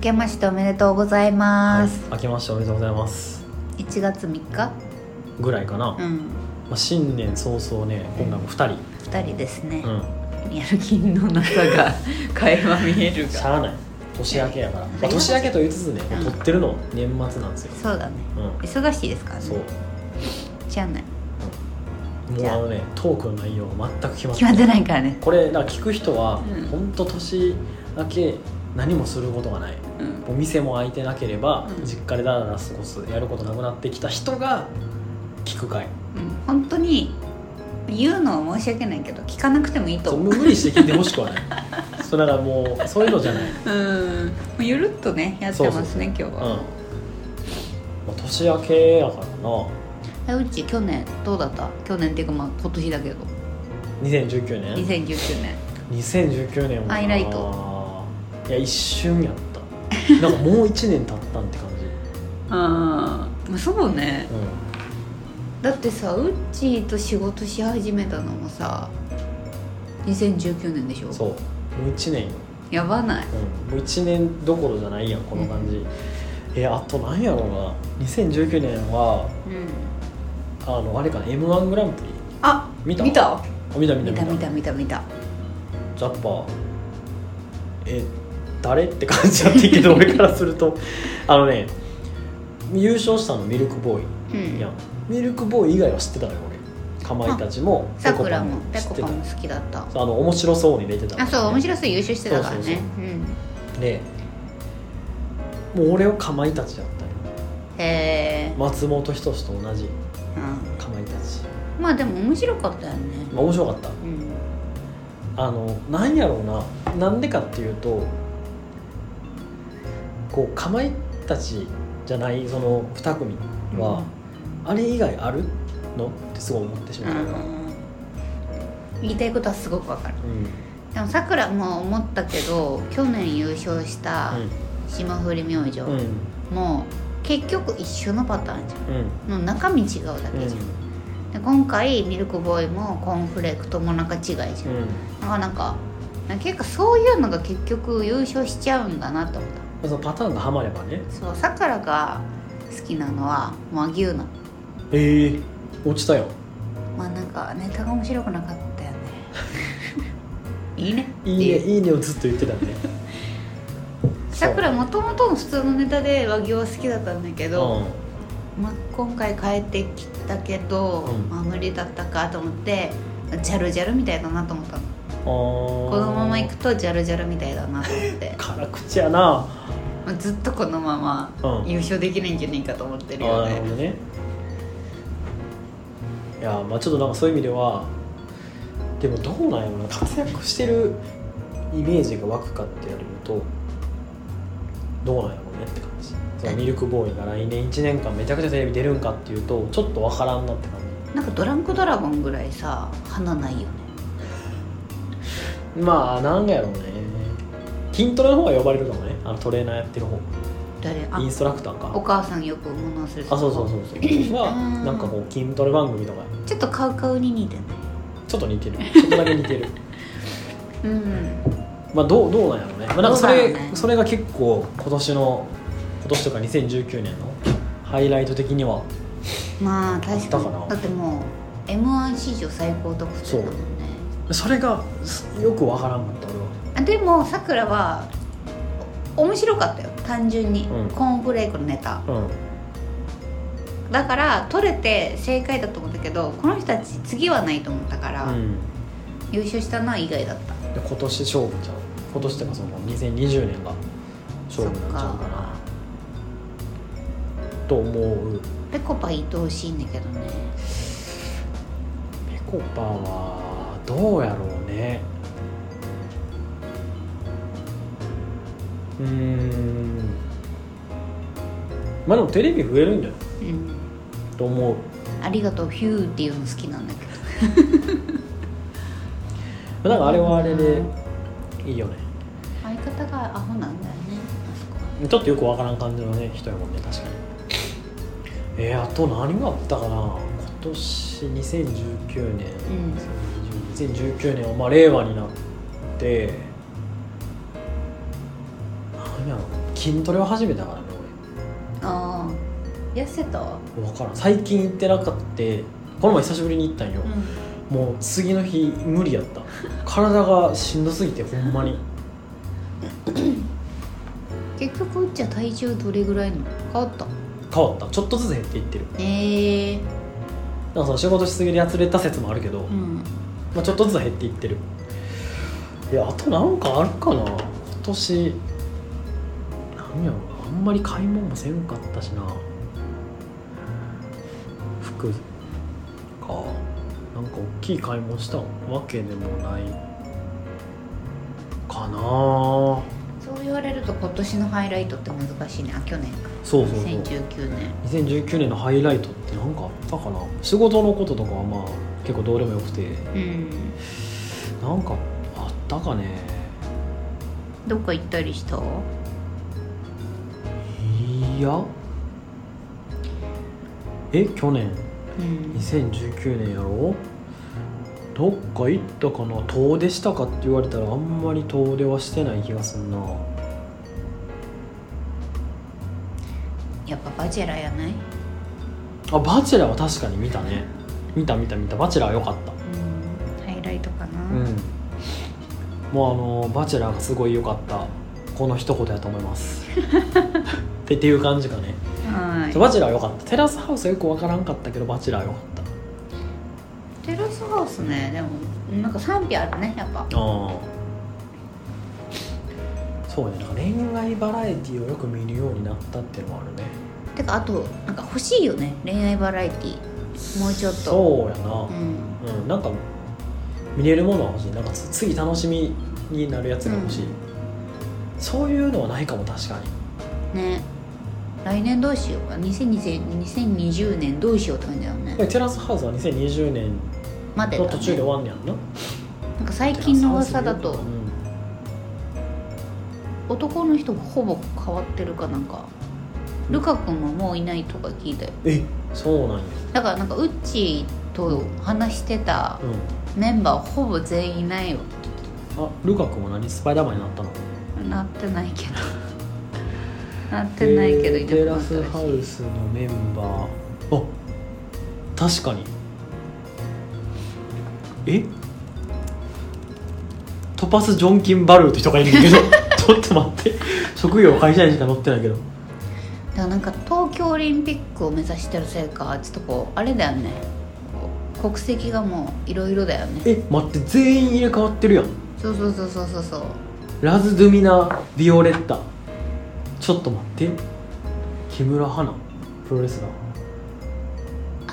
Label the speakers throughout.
Speaker 1: けましておめでとうございます、
Speaker 2: はい、明けましておめでとうございます
Speaker 1: 1月3日
Speaker 2: ぐらいかな、
Speaker 1: う
Speaker 2: ま
Speaker 1: ん
Speaker 2: あ、新年早々ね今回も2
Speaker 1: 2人ですね
Speaker 2: 人、、うん、
Speaker 1: やる気のなさが会話見える
Speaker 2: しゃあない年明けやから、まあ、年明けと言いつつね、こう撮ってるの年末なんですよ、
Speaker 1: そうだね
Speaker 2: うん、
Speaker 1: 忙しいですからね
Speaker 2: そう
Speaker 1: 知らない
Speaker 2: もうあのねトークの内容が全く決まっ
Speaker 1: 決
Speaker 2: て
Speaker 1: ま
Speaker 2: ない
Speaker 1: ってないからね
Speaker 2: これだから聞く人は、
Speaker 1: うん
Speaker 2: ほんと年明け何もすることがない
Speaker 1: うん
Speaker 2: お店も開いてなければ、
Speaker 1: うん
Speaker 2: 実家でダラダラ過ごすやることなくなってきた人が聞く会
Speaker 1: うん本当に言うのは申し訳ないけど聞かなくてもいいと
Speaker 2: そう
Speaker 1: 思う
Speaker 2: 無無理して聞いてほしくはない そうだからもうそういうのじゃない、うん
Speaker 1: うんもうゆるっとねやってますね今日
Speaker 2: ま
Speaker 1: は
Speaker 2: あ、年明けやからな
Speaker 1: えうち去年どうだった去年っていうかまあ今年だけど
Speaker 2: 2019年
Speaker 1: 2019年
Speaker 2: 2019年もな
Speaker 1: ハイライ
Speaker 2: いや一瞬やった なんかもう1年経ったんって感じ、
Speaker 1: ああそうね
Speaker 2: うん
Speaker 1: だってさうっちーと仕事し始めたのもさ2019年でしょ
Speaker 2: そうもう1年よ、
Speaker 1: やばない
Speaker 2: うん、もう1年どころじゃないやんこの感じ、えあとなんやろうな2019年は
Speaker 1: うん
Speaker 2: あのあれかな m 1グランプリ
Speaker 1: あ
Speaker 2: 見た
Speaker 1: 見た
Speaker 2: あ見た見
Speaker 1: 見
Speaker 2: た見
Speaker 1: た
Speaker 2: た
Speaker 1: 見た見た見た
Speaker 2: やっぱえ誰って感じだったけど俺からす るとあのね優勝したのミルクボー
Speaker 1: う
Speaker 2: イやん
Speaker 1: ん
Speaker 2: ミルクボーイ以外は知ってたのよ俺かまいたちも
Speaker 1: さくらも
Speaker 2: ぺ
Speaker 1: ぺ
Speaker 2: こ
Speaker 1: こ
Speaker 2: ぱ
Speaker 1: ぱ
Speaker 2: も知
Speaker 1: も好きだった
Speaker 2: ってたあの面白そうに出てた
Speaker 1: あそう面
Speaker 2: 白
Speaker 1: 白そう優勝してたからねうん
Speaker 2: でもう俺をかまいたちやったよ
Speaker 1: へえ
Speaker 2: 松本人志と同
Speaker 1: う
Speaker 2: じ
Speaker 1: ん
Speaker 2: かまいたち、
Speaker 1: まあでも面白かったよね
Speaker 2: まあ、面白かった
Speaker 1: うん
Speaker 2: あのなんやろうななんでかっていうとこうかまいたちじゃないその2組は、あれ以外あるのってすごい思ってし
Speaker 1: う
Speaker 2: まうから、うん
Speaker 1: ん言いたいことはすごくわかるでもさくらも思ったけど去年優勝した霜降り明星
Speaker 2: うんうん
Speaker 1: もう結局一緒のパターンじ
Speaker 2: うん
Speaker 1: ゃんの中身違うだけじゃん、で今回ミルクボーイもコーンフレークともなんか違いじゃん、
Speaker 2: うんうん
Speaker 1: なかなかなんか結構そういうのが結局優勝しちゃうんだなと思っ
Speaker 2: そのパターンがはまればね
Speaker 1: たそうさくらが好きなのは和牛の
Speaker 2: ええ落ちたよ
Speaker 1: まあなんかネタが面白くなかったよ ねいいね
Speaker 2: いいね
Speaker 1: ってう
Speaker 2: いいねをずっと言ってたね
Speaker 1: さくら
Speaker 2: そう
Speaker 1: もともとの普通のネタで和牛は好きだったんだけど、まあ、今回帰ってきたけど、
Speaker 2: うん
Speaker 1: まあ、無理だったかと思ってジャルジャルみたいだなと思ったの
Speaker 2: うん、
Speaker 1: このまま行くとジャルジャルみたいだなと思って
Speaker 2: 辛口やな
Speaker 1: まあずっとこのまま
Speaker 2: うん
Speaker 1: 優勝できないんじゃないかと思ってる
Speaker 2: あ
Speaker 1: よ
Speaker 2: あなるほ
Speaker 1: ね、
Speaker 2: どねいやまあちょっとなんかそういう意味ではでもどうなんやろな活躍してるイメージが湧くかってやるとどうなんやろうねって感じそのミルクボーイが来年1年間めちゃくちゃテレビ出るんかっていうとちょっとわからんなって感
Speaker 1: なんかドランクドラゴンぐらいさ花ないよね
Speaker 2: じまあなんやろうね筋トレの方が呼ばれるかもねあのトレーナーやってる方
Speaker 1: 誰あ
Speaker 2: インストラクター
Speaker 1: お
Speaker 2: か
Speaker 1: 母さんよく物をする
Speaker 2: あそうそうそうそう
Speaker 1: う
Speaker 2: は
Speaker 1: ん
Speaker 2: なんかこう筋トレ番組とか
Speaker 1: ちょっとカウカウに似てない
Speaker 2: ちょっと似てるちょっとだけ似てる
Speaker 1: うん
Speaker 2: まあどうどうなんやろうね。まあ、なんかそ
Speaker 1: どうなん
Speaker 2: れ
Speaker 1: やろうね
Speaker 2: それが結構今年の今年とか2019年のハイライト的には
Speaker 1: まあ確か
Speaker 2: あったかな
Speaker 1: にだってもう m 1史上最高得点だもんね
Speaker 2: それがすよくわからんかった俺は。
Speaker 1: あでもさくらはお面白かったよ単純に、
Speaker 2: うん
Speaker 1: コーンフレークのネタ
Speaker 2: うん
Speaker 1: だから取れて正解だと思ったけどこの人たち次はないと思ったから、
Speaker 2: うん、
Speaker 1: 優勝したのは以外だった
Speaker 2: で今年勝負ちゃう。今年とかその2020年が勝負になっちゃうかな。と思う。
Speaker 1: ぺこぱ愛おしいんだけどね
Speaker 2: ペコパはどうやろうね。うーん。まあでもテレビ増えるんじゃない
Speaker 1: うん
Speaker 2: と思う。
Speaker 1: ありがとうヒューっていうの好きなんだけど
Speaker 2: なんかあれはあれでいいよね
Speaker 1: 相方がアホなんだよねあそこは
Speaker 2: ちょっとよくわからん感じのね人やもんね確かにえー、あと何があったかな今年2019年、
Speaker 1: うん
Speaker 2: 2019年はまあ令和になって何やろ「鬼筋トレを始めたからね
Speaker 1: ああ痩せた
Speaker 2: 俺分からん最近行ってなかってこの前久しぶりに行ったんよ、
Speaker 1: う
Speaker 2: もう次の日無理やった体がしんどすぎてほんまに
Speaker 1: ん結局じゃあ体重どれぐらいなの変わった
Speaker 2: 変わったちょっとずつ減っていってる
Speaker 1: ええ
Speaker 2: なんかその仕事しすぎでやつれた説もあるけど、
Speaker 1: うん
Speaker 2: まあ、ちょっとずつ減っていってるいやあとなんかあるかな今年なんやろあんまり買い物もせんかったしな服かなんか大きい買い物したわけでもないかな
Speaker 1: そう言われると今年のハイライトって難しいねあ去年か
Speaker 2: そうそうそう
Speaker 1: 2019年
Speaker 2: 2019年のハイライトって何かあったかな仕事のこととかはまあ結構どうでもよくて
Speaker 1: うん
Speaker 2: なんかあったかね
Speaker 1: どっか行ったりしたう
Speaker 2: いやえ去年
Speaker 1: ん
Speaker 2: 2019年やろどっか行ったかな遠出したかって言われたらあんまり遠出はしてない気がすんな
Speaker 1: やっぱバチェラやない
Speaker 2: あバチェラーは確かに見たね見た見た見たバチェラー良かった
Speaker 1: うんハイライトかな、
Speaker 2: うんもうあのバチェラーがすごい良かったこの一言やと思います ってっていう感じかね、
Speaker 1: はい
Speaker 2: バチェラー良かったテラスハウスはよくわからんかったけどバチェラー良かった
Speaker 1: テラスハウスねでもなんか賛否あるねやっぱ
Speaker 2: ああそうねなんか恋愛バラエティーをよく見るようになったっていうのもあるね
Speaker 1: てかあとなんか欲しいよね恋愛バラエティもうちょっと
Speaker 2: そうや
Speaker 1: う
Speaker 2: なんうん、なんか見れるものは欲しいなんかつ次楽しみになるやつが欲しい、
Speaker 1: うん
Speaker 2: そういうのはないかも確かに
Speaker 1: ね来年どうしようか2020 2020年どうしようって感じだよね
Speaker 2: これテラスハウスは2020年
Speaker 1: までだ、
Speaker 2: の
Speaker 1: ね、
Speaker 2: 途中で終わんねやんな
Speaker 1: なんか最近の噂だ
Speaker 2: う
Speaker 1: と
Speaker 2: ん
Speaker 1: 男の人ほぼ変わってるかなんかルカ君ももういないとか聞いたよ
Speaker 2: えそうなんや
Speaker 1: だからなんかウッチーと話してた
Speaker 2: うん
Speaker 1: メンバーほぼ全員いないよ
Speaker 2: あルカ君は何スパイダーマンになったの
Speaker 1: なってないけ どなってないけど
Speaker 2: え
Speaker 1: いな
Speaker 2: ーテ
Speaker 1: く
Speaker 2: ラ
Speaker 1: なった
Speaker 2: ス
Speaker 1: らしい
Speaker 2: ハウスのメンバーあ確かにえトパス・ジョンキン・バルーって人がいるんだけ どちょっと待って職業会社員しか載ってないけど
Speaker 1: だからなんか東京オリンピックを目指してるせいかちょっとこうあれだよねこう国籍がもういろいろだよね
Speaker 2: え待って全員入れ替わってるやん
Speaker 1: そうそうそうそうそうそう
Speaker 2: ラズ・ドゥミナ・ビオレッタちょっと待って木村花プロレスラ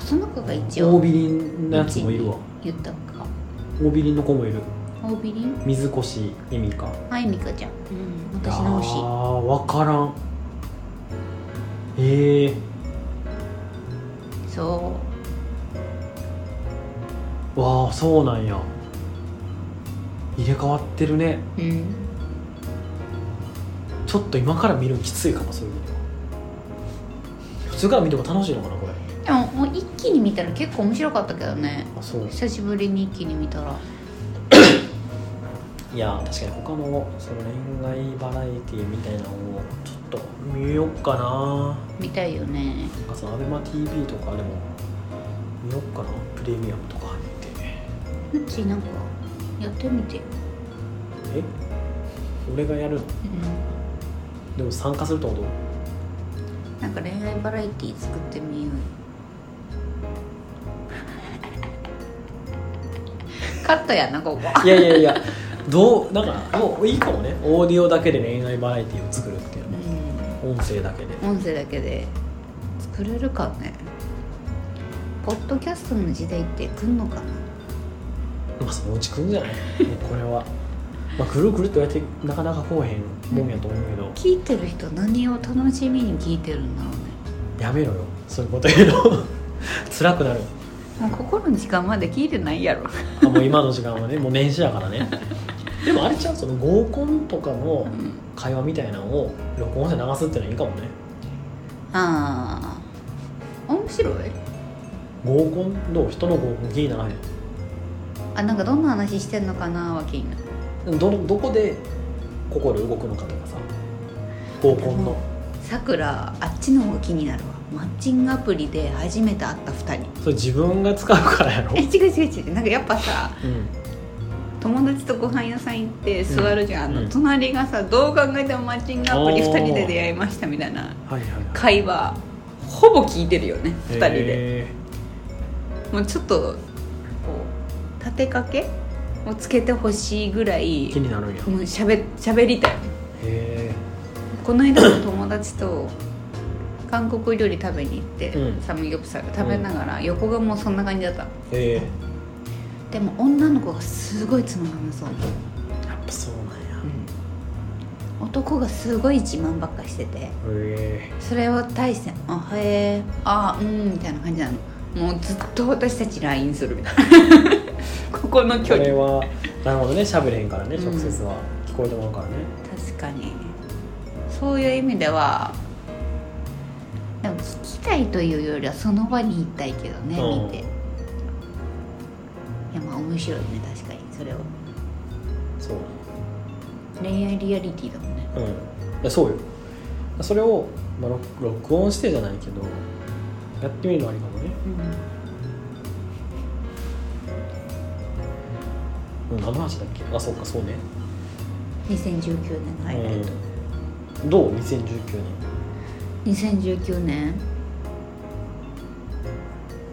Speaker 1: あその子が一
Speaker 2: ー大
Speaker 1: 応
Speaker 2: ビリンのやつもいるわ
Speaker 1: 言ったか
Speaker 2: 大ビリンの子もいる
Speaker 1: 大ビリン
Speaker 2: 水越恵美香
Speaker 1: はいミカちゃん、うん、私
Speaker 2: あ
Speaker 1: の推
Speaker 2: あ分からんええ
Speaker 1: しそ
Speaker 2: わあそうなんや入れ替わってるね
Speaker 1: ううん
Speaker 2: ちょっと今から見るのきついかもそういう意味では普通から見ても楽しいのかなこれ
Speaker 1: でももう一気に見たら結構面白かったけどね
Speaker 2: あそう
Speaker 1: 久しぶりに一気に見たら
Speaker 2: いや確かに他のその恋愛バラエティみたいなのをちょっと見よっかな
Speaker 1: 見たいよね
Speaker 2: なんかその ABEMATV とかでも見よっかなプレミアムとか入って
Speaker 1: うっちーなんかやってみてよ、
Speaker 2: え俺がやるの
Speaker 1: う
Speaker 2: でも参加するってこと
Speaker 1: ん、なんか恋愛バラエティ作ってみようよカットやなここ
Speaker 2: いやいやいやどうだからもういいかもねオーディオだけで恋愛バラエティを作るっていうね
Speaker 1: う
Speaker 2: 音声だけで
Speaker 1: ん音声だけで作れるかねポッドキャストの時代って来んのかな
Speaker 2: まあそのうち来るんじゃないこれはまあくるくるって言われてなかなかこうへんもんやと思うけど
Speaker 1: 聞いてる人何を楽しみに聞いてるんだろうね
Speaker 2: やめろよそういうこと言うの 辛くなる
Speaker 1: もう心の時間まで聞いてないやろ
Speaker 2: あもう今の時間はねもう年始やからねでもあれちゃうその合コンとかの会話みたいなのを録音して流すってのはいいかもね
Speaker 1: ああ面白い
Speaker 2: 合コンどう人の合コン気にならへん
Speaker 1: あなんかどんな話してんのかなは気になる
Speaker 2: どのどこで心動くのかとかさ合コンの
Speaker 1: さくらあっちの方が気になるわマッチングアプリで初めて会った2人
Speaker 2: それ自分が使うからやろ
Speaker 1: え、違う違う違うなんかやっぱさ
Speaker 2: うん、
Speaker 1: 友達とご飯屋さん行って座るじゃん、
Speaker 2: うん
Speaker 1: あ
Speaker 2: う
Speaker 1: の
Speaker 2: ん
Speaker 1: 隣がさどう考えてもマッチングアプリ
Speaker 2: おー
Speaker 1: 2人で出会いましたみたいな
Speaker 2: はいはいはい
Speaker 1: 会話ほぼ聞いてるよね2人で
Speaker 2: へ
Speaker 1: もうちょっとこう立てかけをつけてほしいぐらい
Speaker 2: ー気になるんやへ
Speaker 1: もうしゃべしゃべりたい
Speaker 2: え
Speaker 1: この間も友達と韓国料理食べに行って、
Speaker 2: うん
Speaker 1: サムギョプサル食べながら、横がもうそんな感じだった
Speaker 2: へえ
Speaker 1: でも女の子がすごいつまらなそうな、
Speaker 2: やっぱそうなんや
Speaker 1: 男がすごい自慢ばっかしてて
Speaker 2: へ
Speaker 1: それを対して「あへえあうん」みたいな感じなのもうずっと私たち LINE するみたいな ここの
Speaker 2: え
Speaker 1: 距
Speaker 2: これ
Speaker 1: 離
Speaker 2: はなるほどね喋れへんからね
Speaker 1: うん
Speaker 2: 直接は、聞こえてもらうからね
Speaker 1: 確かにそういう意味ではでも聞きたいというよりはその場に行きたいけどね
Speaker 2: うん
Speaker 1: 見ていやまあ面白いね確かにそれは
Speaker 2: そう
Speaker 1: 恋愛リアリティだもんね
Speaker 2: うんいやそうよそれを、まあ、録録音してじゃないけどやってみるのありかもね、
Speaker 1: うん
Speaker 2: うん、何の話だっけあそうかそうね、
Speaker 1: 2019年のハイライト
Speaker 2: うん、どう2019年
Speaker 1: 2019年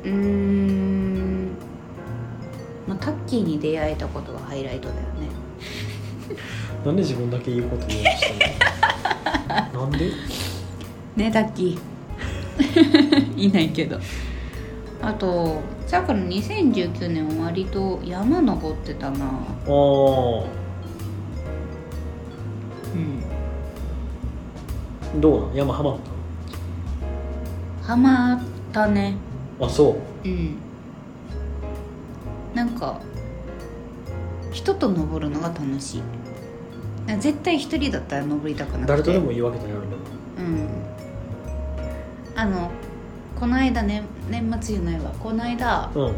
Speaker 1: うーん、まあ、タッキーに出会えたことがハイライトだよね
Speaker 2: なんで自分だけいいこと言おうとしたの なんで
Speaker 1: ねタッキ ーいないけどあとさくら2019年割と山登ってたな
Speaker 2: ああ
Speaker 1: うん
Speaker 2: どうなん山ハマっ
Speaker 1: ハマったね
Speaker 2: たあそう
Speaker 1: うんなんか人と登るのが楽しいな絶対一人だったら登りたくなくて
Speaker 2: 誰とでもいいわけじゃないの
Speaker 1: うんあのこの間ね年末じゃないわこの間
Speaker 2: うん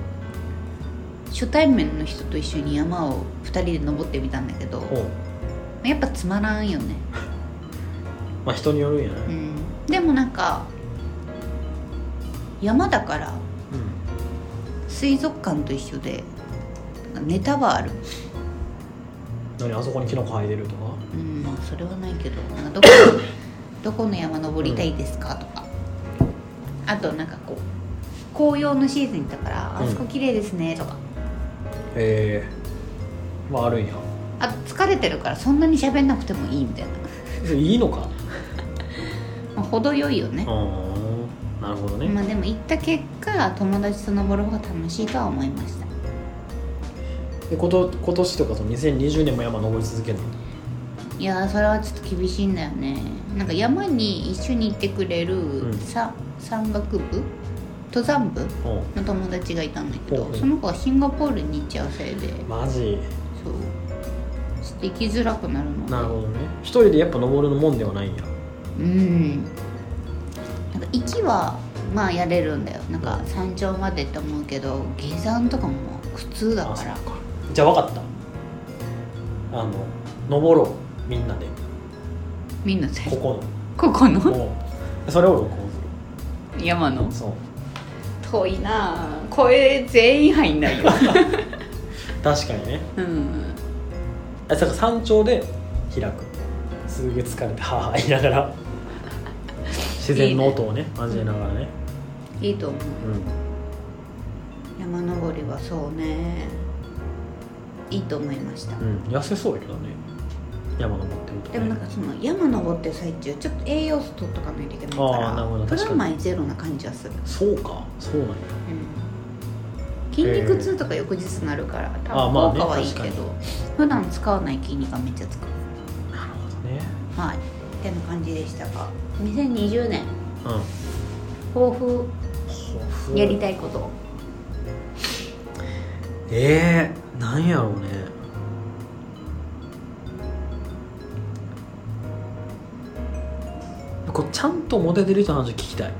Speaker 1: 初対面の人と一緒に山を2人で登ってみたんだけど
Speaker 2: うん
Speaker 1: やっぱつまらんよね、
Speaker 2: まあ人によるんや
Speaker 1: う
Speaker 2: ね
Speaker 1: ん、でもなんか山だから
Speaker 2: うん
Speaker 1: 水族館と一緒でネタはある
Speaker 2: 何あそこにキノコ生えてるとか
Speaker 1: うんまあそれはないけどなんかどこどこの 山登りたいですかとかあとなんかこう紅葉のシーズンだから
Speaker 2: う
Speaker 1: あ
Speaker 2: ん
Speaker 1: そこ綺麗ですねとか、
Speaker 2: へえまああるんや
Speaker 1: あと疲れてるからそんなに喋んなくてもいいみたいな、
Speaker 2: それいいのか
Speaker 1: まあ、程よいよね
Speaker 2: う、んなるほどね、
Speaker 1: まあでも行った結果友達と登る方が楽しいとは思いました
Speaker 2: でこと今年とかその2020年も山登り続けるの
Speaker 1: いやーそれはちょっと厳しいんだよねなんか山に一緒に行ってくれる、
Speaker 2: ん
Speaker 1: さ山岳部登山部
Speaker 2: う
Speaker 1: の友達がいたんだけど、
Speaker 2: うん
Speaker 1: その子はシンガポールに行っちゃうせいで
Speaker 2: んマジ
Speaker 1: そうちょっと行きづらくなるので
Speaker 2: なるほどね一人でやっぱ登るのもんではないんや
Speaker 1: うんなんか行きはまあやれるんだよなんか山頂までって思うけど下山とかも苦痛だ
Speaker 2: あ
Speaker 1: か
Speaker 2: そ
Speaker 1: ら
Speaker 2: っかじゃあ分かったあの登ろうみんなで
Speaker 1: みんなせ
Speaker 2: ここ
Speaker 1: ここの
Speaker 2: のもうそれを録音
Speaker 1: 山の
Speaker 2: するそう
Speaker 1: 遠いなあ声全員入んないよ
Speaker 2: 確かにね
Speaker 1: うん
Speaker 2: あそれか山頂で開くすげえ疲れてはあはあ言いな がら自然の音をね味わいながらね
Speaker 1: いいと思う
Speaker 2: うん
Speaker 1: 山登りはそうねいいと思いました、
Speaker 2: うん、痩せそうやけどね山登ってると、ね、
Speaker 1: でもなんかその山登ってる最中ちょっと栄養素取っとかないといけないか
Speaker 2: あーなるほど
Speaker 1: らプ
Speaker 2: 確か
Speaker 1: ラ
Speaker 2: に
Speaker 1: マイゼロな感じはする、
Speaker 2: そうかそうなんや
Speaker 1: 筋肉痛とか翌日なるから多
Speaker 2: あーまあ
Speaker 1: 分
Speaker 2: ね
Speaker 1: 効果はいいけ
Speaker 2: 確か
Speaker 1: ど、普段使わない筋肉はめっちゃ使う
Speaker 2: なるほどね
Speaker 1: はいってな感じでしたが2020年
Speaker 2: うん
Speaker 1: 抱負
Speaker 2: 抱負
Speaker 1: やりたいこと
Speaker 2: えー、なんやろうねこうちゃんとモテてる人の話聞きたい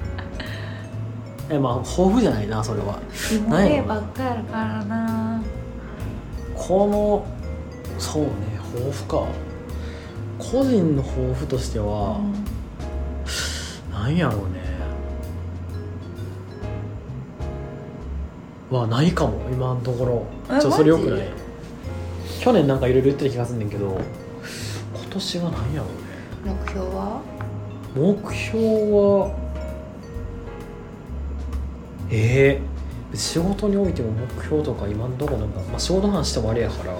Speaker 2: えまあ抱負じゃないなそれはないの
Speaker 1: 夢ばっかやからな
Speaker 2: このそうね抱負かこ個人の抱負としては、なんやろうねはないかも今のところ
Speaker 1: え
Speaker 2: じゃあそれよく
Speaker 1: マ
Speaker 2: な
Speaker 1: ジ
Speaker 2: い去年なんかいろいろ言ってた気がするんだけど今年はなんやろ
Speaker 1: 目標は
Speaker 2: うね目標はえー、仕事においても目標とか今のところなんか、まあ、仕事の話してもあれやから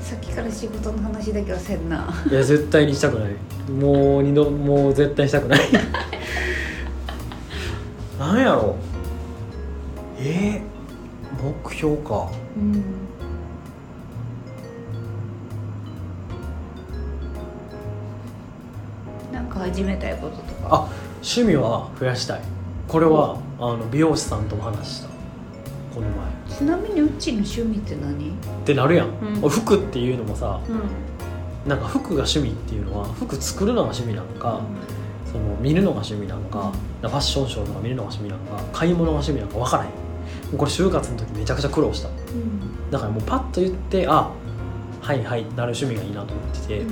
Speaker 1: さっきから仕事の話だけはせんない
Speaker 2: や絶対にしたくないもう二度もう絶対したくない なんやろえー、目標か
Speaker 1: うんなんか始めたいこととか
Speaker 2: あ趣味は増やしたいこれはあの美容師さんとも話したこの前っ
Speaker 1: ちなみにうちの趣味って何
Speaker 2: てなるやん、
Speaker 1: うん
Speaker 2: 俺服っていうのもさ
Speaker 1: うん
Speaker 2: なんか服が趣味っていうのは服作るのが趣味なのか、その見るのが趣味なのかファッションショーとか見るのが趣味なのか買い物が趣味なのか分からへんもうこれ就活の時めちゃくちゃ苦労した
Speaker 1: うん
Speaker 2: だからもうパッと言ってあはいはいなる趣味がいいなと思ってて、えっ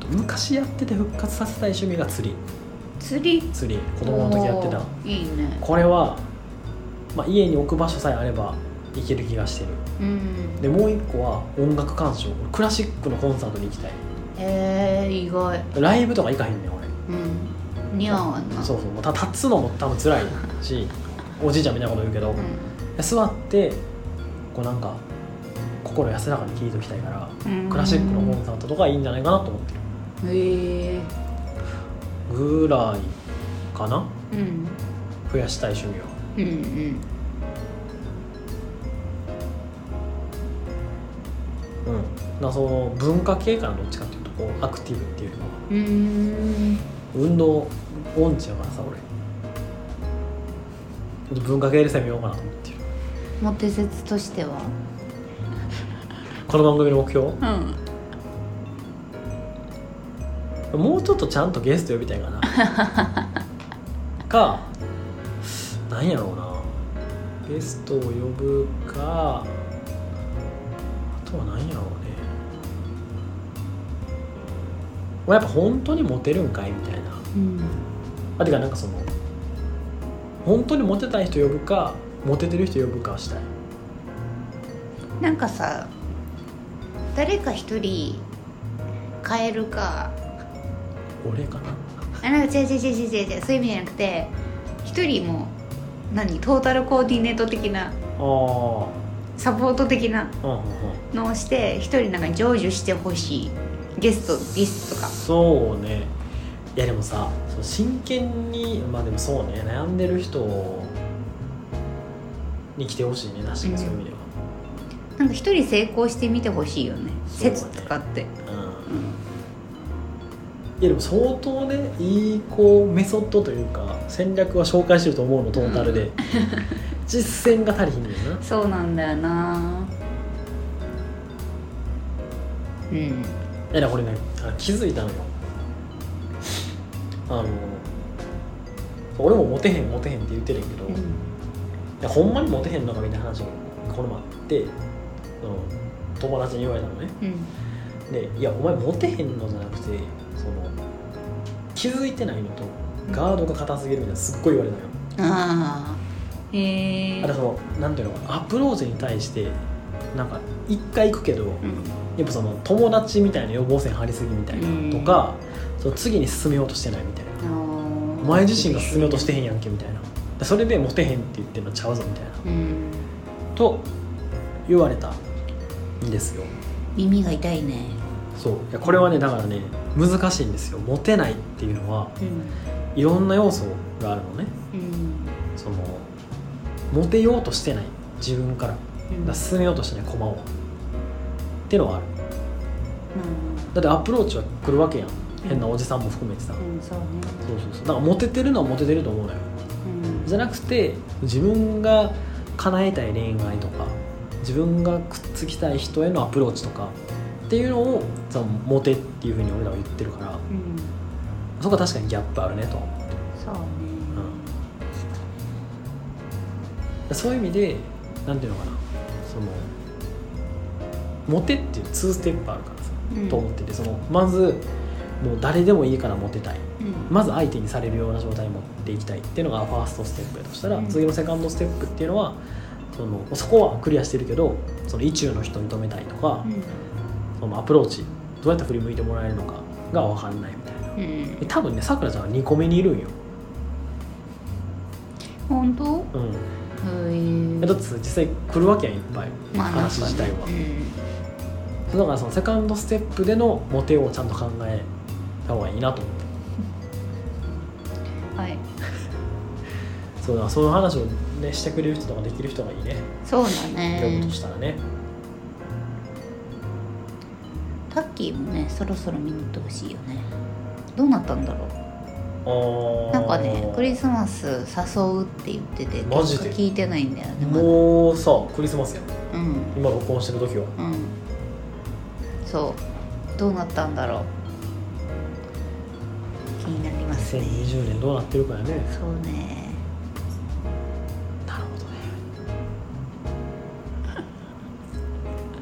Speaker 2: と、昔やってて復活させたい趣味が釣り
Speaker 1: 釣り
Speaker 2: 釣り子供の時やってた
Speaker 1: おーいいね
Speaker 2: これは、まあ、家に置く場所さえあれば行ける気がしてる
Speaker 1: うん
Speaker 2: でもう一個は音楽鑑賞クラシックのコンサートに行きたい
Speaker 1: えー、意外
Speaker 2: ライブとか行かへんねん俺
Speaker 1: うん似合わんな、
Speaker 2: そううそうもうた立つのも多分辛いしおじいちゃんみたいなこと言うけど、座ってこうなんか心安らかに聴いときたいから
Speaker 1: うん、
Speaker 2: クラシックのコンサートとかいいんじゃないかなと思ってる
Speaker 1: へえ
Speaker 2: ぐらいかな
Speaker 1: うん
Speaker 2: 増やしたい趣味は
Speaker 1: うんうん
Speaker 2: うんなその文化系かなどっちかっていうとこうアクティブっていうよりかは
Speaker 1: うーん
Speaker 2: 運動音痴やからさ俺ちょっと文化系で攻めようかなと思ってる
Speaker 1: モテ説としては
Speaker 2: この番組の目標
Speaker 1: うん
Speaker 2: もうちょっとちゃんとゲスト呼びたいかな かなんやろうなゲストを呼ぶかあとはなんやろうねまあやっぱ本当にモテるんかいみたいな
Speaker 1: うん
Speaker 2: あてかなんかその本当にモテたい人呼ぶかモテてる人呼ぶかしたい
Speaker 1: なんかさ誰か一人変えるか
Speaker 2: 俺かな
Speaker 1: あなんか違う違う違う違う違うそういう意味じゃなくて一人もう何トータルコーディネート的な
Speaker 2: あ
Speaker 1: サポート的な
Speaker 2: あうんうんうん
Speaker 1: のをして一人なんか成就してほしいゲストゲストとか
Speaker 2: そうねいやでもさその真剣にまあでもそうね悩んでる人に来てほしいねなし
Speaker 1: う
Speaker 2: か
Speaker 1: ん
Speaker 2: そういう意味で
Speaker 1: なんか一人成功してみてほしいよね
Speaker 2: そうね
Speaker 1: 説使って
Speaker 2: は、うんいやでも相当ねいいこうメソッドというか戦略は紹介してると思うのトータルで、実践が足りひんねんな
Speaker 1: そうなんだよなうん
Speaker 2: えらこれねあ気づいたのよあの俺もモテへんモテへんって言ってるんやけど、いやほんまにモテへんのかみたいな話がこの前あってその友達に言われたのね
Speaker 1: うん
Speaker 2: で「いやお前モテへんのじゃなくてその気づいてないのとガードが硬すぎる」みたいなすっごい言われたのよ、
Speaker 1: ああへえ
Speaker 2: あとそのなんていうのかなアプローチに対してなんか一回行くけど
Speaker 1: う
Speaker 2: やっぱその友達みたいな予防線張りすぎみたい
Speaker 1: うん
Speaker 2: なとか、その次に進めようとしてないみたいなんお前自身が進めようとしてへんやんけみたいなそれでモテへんって言ってんのちゃうぞみたいな
Speaker 1: うん
Speaker 2: と言われたんですよ
Speaker 1: 耳が痛いね
Speaker 2: そういやこれはねだからね難しいんですよモテないっていうのは
Speaker 1: うん
Speaker 2: いろんな要素があるのね
Speaker 1: うん
Speaker 2: そのモテようとしてない自分からだ
Speaker 1: うん
Speaker 2: から進めようとしてない駒をってのはあるだってアプローチは来るわけやん変なおじさんも含めてさ、
Speaker 1: うんそうね
Speaker 2: そうそうそうだからモテてるのはモテてると思うのよ
Speaker 1: うん
Speaker 2: じゃなくて自分が叶えたい恋愛とか自分がくっつきたい人へのアプローチとかっていうのをそのモテっていうふうに俺らは言ってるから
Speaker 1: うん
Speaker 2: そこは確かにギャップあるねとは思う
Speaker 1: そうね
Speaker 2: そういう意味でなんていうのかなそのモテっていう2ステップあるからさ
Speaker 1: うん
Speaker 2: と思っててそのまずもう誰でもいいからモテたい
Speaker 1: うん
Speaker 2: まず相手にされるような状態に持っていきたいっていうのがファーストステップやとしたら、
Speaker 1: うん
Speaker 2: 次のセカンドステップっていうのはそのそこはクリアしてるけどその意中の人に止めたいとか、そのアプローチどうやって振り向いてもらえるのかが分かんないみたいな
Speaker 1: うんうん
Speaker 2: で多分ねさくらちゃんは2個目にいるんよ、
Speaker 1: 本当へ
Speaker 2: うん、
Speaker 1: え
Speaker 2: だって実際来るわけやんいっぱい話自体は、
Speaker 1: う
Speaker 2: だからそのセカンドステップでのモテをちゃんと考えた方がいいなと思っ
Speaker 1: ん
Speaker 2: て
Speaker 1: はい
Speaker 2: そうだからそういう話を、ね、してくれる人とかできる人がいいね
Speaker 1: そうだ
Speaker 2: やる
Speaker 1: ね
Speaker 2: としたらね
Speaker 1: タッキーもねそろそろ見に行ってほしいよねどうなったんだろうなんかねクリスマス誘うって言ってて
Speaker 2: マジで
Speaker 1: 結果聞いてないんだよねまだ
Speaker 2: もうさクリスマスやん
Speaker 1: うん
Speaker 2: 今録音してる時は
Speaker 1: うんそうどうなったんだろう気になりますね
Speaker 2: 2020年どうなってるかやね
Speaker 1: そうね
Speaker 2: なるほどね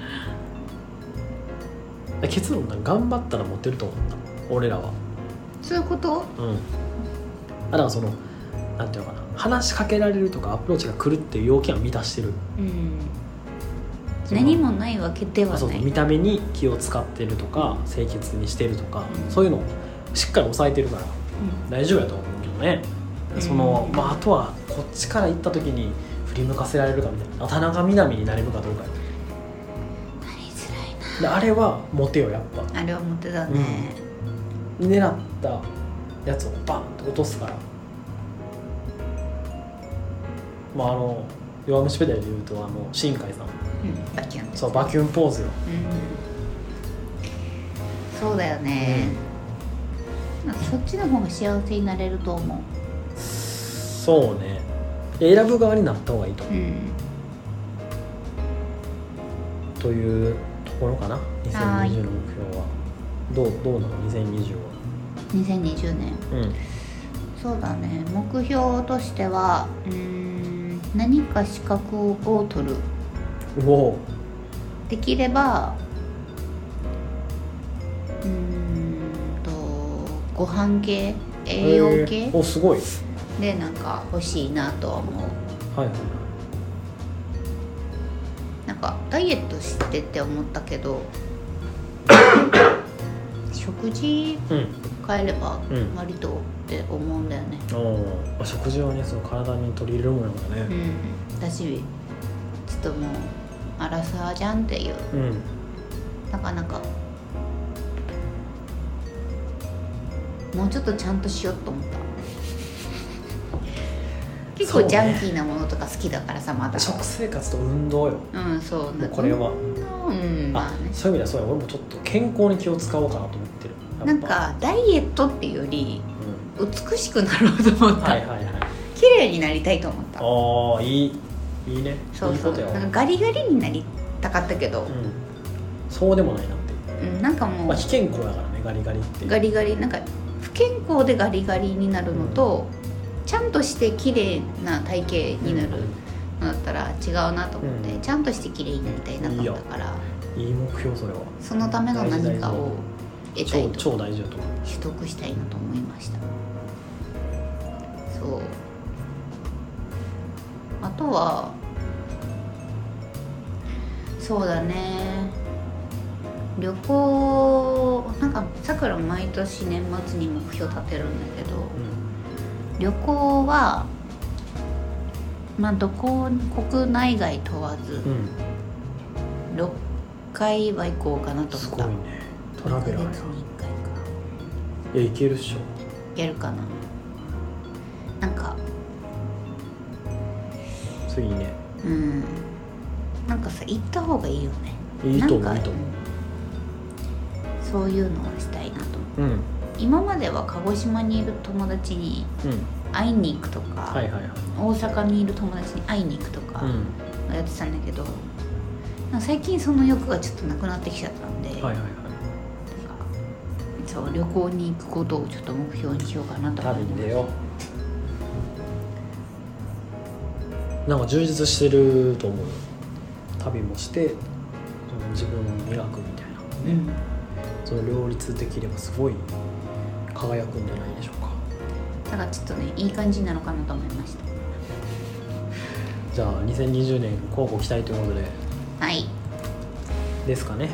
Speaker 2: だから結論な頑張ったらモテると思った俺らは
Speaker 1: そういうこと
Speaker 2: うんだからそのなんていうのかな話しかけられるとかアプローチが来るっていう要件は満たしてる
Speaker 1: うん
Speaker 2: その
Speaker 1: 何もないわけでは
Speaker 2: あそう
Speaker 1: な
Speaker 2: そ
Speaker 1: いう
Speaker 2: 見た目に気を使ってるとか清潔にしてるとか、
Speaker 1: うん
Speaker 2: そういうのをしっかり抑えてるから
Speaker 1: う
Speaker 2: 大丈夫やと思うけどね
Speaker 1: うん
Speaker 2: その、まあ、あとはこっちから行った時に振り向かせられるかみたいな田中みな実になれるかどうかや
Speaker 1: んなりづらいな
Speaker 2: であれはモテよやっぱ
Speaker 1: あれはモテだね、
Speaker 2: 狙ったやつをバンと落とすからまああの弱虫ペダルで言うとあの新海さん
Speaker 1: うん、バキュン
Speaker 2: そうバキュンポーズよ
Speaker 1: うんそうだよね、なんかそっちの方が幸せになれると思
Speaker 2: そうね選ぶ側になった方がいいと
Speaker 1: う、うん、
Speaker 2: というところかな
Speaker 1: はーい
Speaker 2: 2020の目標はどうどうなの2020は
Speaker 1: 2020年
Speaker 2: うん
Speaker 1: そうだね目標としてはうーん何か資格を取る
Speaker 2: うおー
Speaker 1: できればうーんとご飯系栄養
Speaker 2: え
Speaker 1: 系
Speaker 2: ーおすごい
Speaker 1: でなんか欲しいなとは思う
Speaker 2: はいはい
Speaker 1: なんかダイエットしてて思ったけど食事
Speaker 2: うん
Speaker 1: 変えれば
Speaker 2: うん
Speaker 1: 割とって思うんだよね、
Speaker 2: お食事をねその体に取り入れるものだ
Speaker 1: う
Speaker 2: ね
Speaker 1: ん、私ちょっともうアラサーじゃんっていう
Speaker 2: うん、
Speaker 1: なかなかもうちょっとちゃんとしようと思 った結
Speaker 2: そう
Speaker 1: 構
Speaker 2: ね
Speaker 1: ジャンキーなものとか好きだからさまだ
Speaker 2: 食生活と運動よ
Speaker 1: うんそう
Speaker 2: もうこれは、
Speaker 1: うんま
Speaker 2: あ
Speaker 1: あね
Speaker 2: そういう意味ではそうや俺もちょっと健康に気を使おうかなと思ってるやっぱ
Speaker 1: なんかダイエットっていうより
Speaker 2: う
Speaker 1: 美しくなろうと思っ
Speaker 2: ん、
Speaker 1: た、
Speaker 2: はいはいはい
Speaker 1: 綺麗になりたいと思った
Speaker 2: ああいいいいね
Speaker 1: そうそう
Speaker 2: いいこと
Speaker 1: な
Speaker 2: よ
Speaker 1: んかガリガリになりたかったけど
Speaker 2: う、ん、そうでもないなっていう
Speaker 1: うん、なんかも
Speaker 2: ま
Speaker 1: う
Speaker 2: あ非健康だからねガリガリって
Speaker 1: ガリガリなんか不健康でガリガリになるのと、ちゃんとして綺麗な体型になるのだったら違うなと思って、
Speaker 2: うん
Speaker 1: ちゃんとして綺麗になりたいなと思ったから
Speaker 2: いい目標それは
Speaker 1: そのための何かを得た
Speaker 2: 超
Speaker 1: いと
Speaker 2: 超大事だと思う
Speaker 1: 取得したいなと思いましたそうあとはそうだね旅行なんかさくら毎年年末に目標立てるんだけど
Speaker 2: うん
Speaker 1: 旅行はまあどこ国内外問わず
Speaker 2: うん、
Speaker 1: 6回は行こうかなと
Speaker 2: す
Speaker 1: 思
Speaker 2: ご
Speaker 1: った
Speaker 2: いねトラベラー
Speaker 1: 1
Speaker 2: や
Speaker 1: ヶ月に1回か
Speaker 2: いやいけるっしょ
Speaker 1: やるかななんか
Speaker 2: それいいね
Speaker 1: うんなんかさ行った方がいいよね
Speaker 2: いいと思
Speaker 1: な
Speaker 2: うんい
Speaker 1: か
Speaker 2: いと思
Speaker 1: うんそういうのをしたいなと思う
Speaker 2: ううんうん
Speaker 1: 今までは鹿児島にいる友達に会いに行くとか、
Speaker 2: はいはいはい
Speaker 1: 大阪にいる友達に会いに行くとか
Speaker 2: うん
Speaker 1: やってたんだけど、なんか最近その欲がちょっとなくなってきちゃったんで、
Speaker 2: はいはいはい
Speaker 1: なんかそう旅行に行くことをちょっと目標にしようかなと思
Speaker 2: 旅に
Speaker 1: い
Speaker 2: 出
Speaker 1: ます
Speaker 2: ようなんか充実してると思う旅もしてその自分を磨くみたいな
Speaker 1: うん
Speaker 2: その両立できればすごい輝くんじゃないでしょうか
Speaker 1: だからちょっとねいい感じなのかなと思いました
Speaker 2: じゃあ2020年候補期待ということで
Speaker 1: はい
Speaker 2: ですかね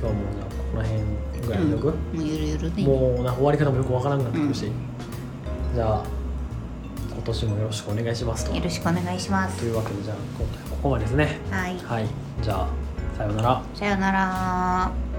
Speaker 2: 今日はもうじゃあこの辺ぐらいでよく、
Speaker 1: うんもうゆるゆるでいいね
Speaker 2: もうな終わり方もよくわからなくなってくるし、じゃあ今年もよろしくお願いしますと
Speaker 1: よろしくお願いします
Speaker 2: というわけでじゃあ今回はここまでですね
Speaker 1: はい
Speaker 2: はいじゃあさようなら
Speaker 1: さよなら